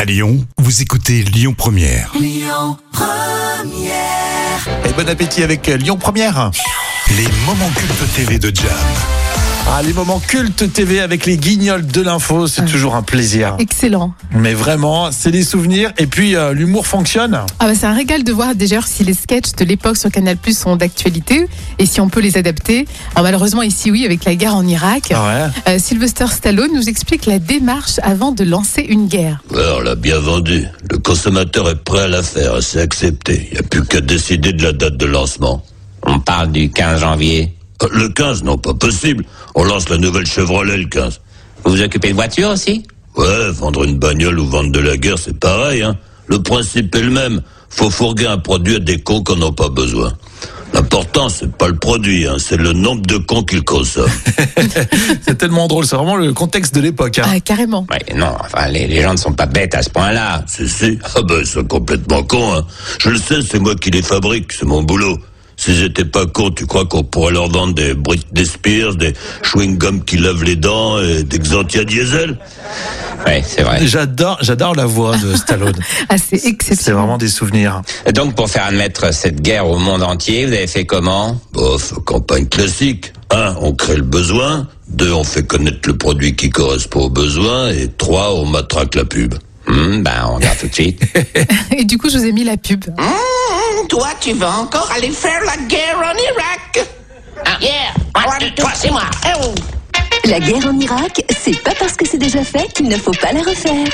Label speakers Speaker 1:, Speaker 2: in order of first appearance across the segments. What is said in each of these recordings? Speaker 1: À Lyon, vous écoutez Lyon Première.
Speaker 2: Et bon appétit avec euh, Lyon Première.
Speaker 1: Les moments cultes TV de Jam.
Speaker 2: Ah, les moments cultes TV avec les guignols de l'info,
Speaker 3: Ah.
Speaker 2: c'est toujours un plaisir.
Speaker 3: Excellent.
Speaker 2: Mais vraiment, c'est des souvenirs. Et puis, euh, l'humour fonctionne.
Speaker 3: Ah bah c'est un régal de voir déjà si les sketchs de l'époque sur Canal Plus sont d'actualité et si on peut les adapter. Alors malheureusement ici oui avec la guerre en Irak,
Speaker 2: Ah ouais.
Speaker 3: euh, Sylvester Stallone nous explique la démarche avant de lancer une guerre.
Speaker 4: Ouais, on l'a bien vendu. Le consommateur est prêt à la faire, c'est accepté. Il n'y a plus qu'à décider de la date de lancement.
Speaker 5: On parle du 15 janvier.
Speaker 4: Euh, Le 15, non, pas possible. On lance la nouvelle Chevrolet le 15.
Speaker 5: Vous vous occupez de voitures aussi
Speaker 4: Ouais, vendre une bagnole ou vendre de la guerre, c'est pareil, hein. Le principe est le même. Faut fourguer un produit à des cons qu'on n'a pas besoin. L'important, c'est pas le produit, hein, c'est le nombre de cons qu'ils consomment.
Speaker 2: C'est tellement drôle. C'est vraiment le contexte de l'époque. hein.
Speaker 3: Ah carrément.
Speaker 5: Ouais, non, enfin, les, les gens ne sont pas bêtes à ce point-là.
Speaker 4: Si, si. Ah ben, ils sont complètement cons, hein. Je le sais, c'est moi qui les fabrique, c'est mon boulot. S'ils étaient pas cons, tu crois qu'on pourrait leur vendre des Britney Spears, des chewing-gums qui lavent les dents et des Xantia diesel
Speaker 5: Ouais, c'est vrai.
Speaker 2: J'adore, j'adore la voix de Stallone.
Speaker 3: Ah c'est
Speaker 2: c'est
Speaker 3: exceptionnel.
Speaker 2: vraiment des souvenirs.
Speaker 5: Donc, pour faire admettre cette guerre au monde entier, vous avez fait comment
Speaker 4: Bof, campagne classique. Un, on crée le besoin. Deux, on fait connaître le produit qui correspond au besoin. Et trois, on matraque la pub.
Speaker 5: Hmm, Ben, on regarde tout de suite.
Speaker 3: Et du coup je vous ai mis la pub.
Speaker 2: Hein
Speaker 6: Hmm, Toi, tu vas encore aller faire la guerre en Irak. yeah, one, two, trois, c'est moi. Eh oh.
Speaker 7: La guerre en Irak, c'est pas parce que c'est déjà fait qu'il ne faut pas la refaire.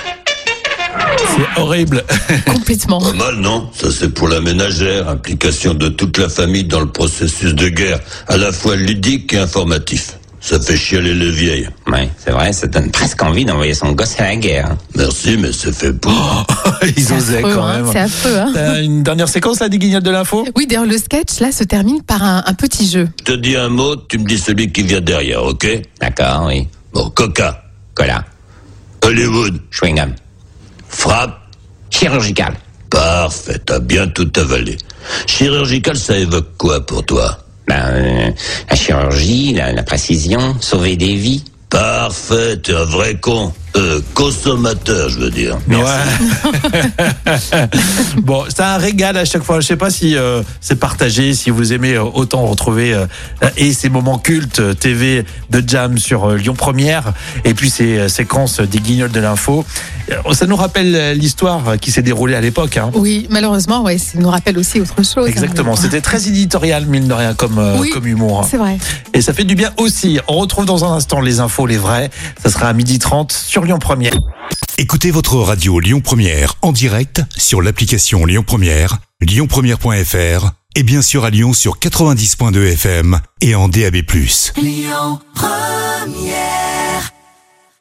Speaker 2: C'est horrible.
Speaker 3: Complètement.
Speaker 4: Pas mal, non Ça, c'est pour la ménagère. Implication de toute la famille dans le processus de guerre. À la fois ludique et informatif. Ça fait chialer les vieilles.
Speaker 5: Ouais, c'est vrai, ça donne presque envie d'envoyer son gosse à la guerre. hein.
Speaker 4: Merci, mais c'est fait pour.
Speaker 2: Ils
Speaker 3: C'est
Speaker 2: osaient
Speaker 3: affreux,
Speaker 2: quand
Speaker 3: hein,
Speaker 2: même.
Speaker 3: c'est affreux, hein.
Speaker 2: T'as une dernière séquence là des guignols de l'info
Speaker 3: Oui d'ailleurs le sketch là se termine par un, un petit jeu.
Speaker 4: Je te dis un mot, tu me dis celui qui vient derrière, ok
Speaker 5: D'accord, oui.
Speaker 4: Bon, Coca,
Speaker 5: Cola,
Speaker 4: Hollywood,
Speaker 5: chewing-gum,
Speaker 4: frappe,
Speaker 5: chirurgical.
Speaker 4: parfait, t'as bien tout avalé. Chirurgical, ça évoque quoi pour toi
Speaker 5: Ben, euh, la chirurgie, la, la précision, sauver des vies.
Speaker 4: Parfait, t'es un vrai con. Euh, consommateur, je veux dire.
Speaker 2: Ouais. bon, c'est un régal à chaque fois. Je sais pas si euh, c'est partagé, si vous aimez euh, autant retrouver euh, et ces moments cultes euh, TV de Jam sur euh, Lyon Première et puis ces euh, séquences des guignols de l'info. Euh, Ça nous rappelle euh, l'histoire euh, qui s'est déroulée à l'époque. hein.
Speaker 3: Oui malheureusement ouais ça nous rappelle aussi autre chose. hein,
Speaker 2: Exactement.
Speaker 3: mais-
Speaker 2: C'était très éditorial mine de rien comme euh,
Speaker 3: Oui,
Speaker 2: comme humour. hein.
Speaker 3: C'est vrai.
Speaker 2: Et ça fait du bien aussi. On retrouve dans un instant les infos, les vrais. Ça sera à midi 30 sur Lyon Première.
Speaker 1: Écoutez votre radio Lyon Première en direct sur l'application Lyon Première, lyonpremière.fr et bien sûr à Lyon sur 90.2 FM et en DAB+.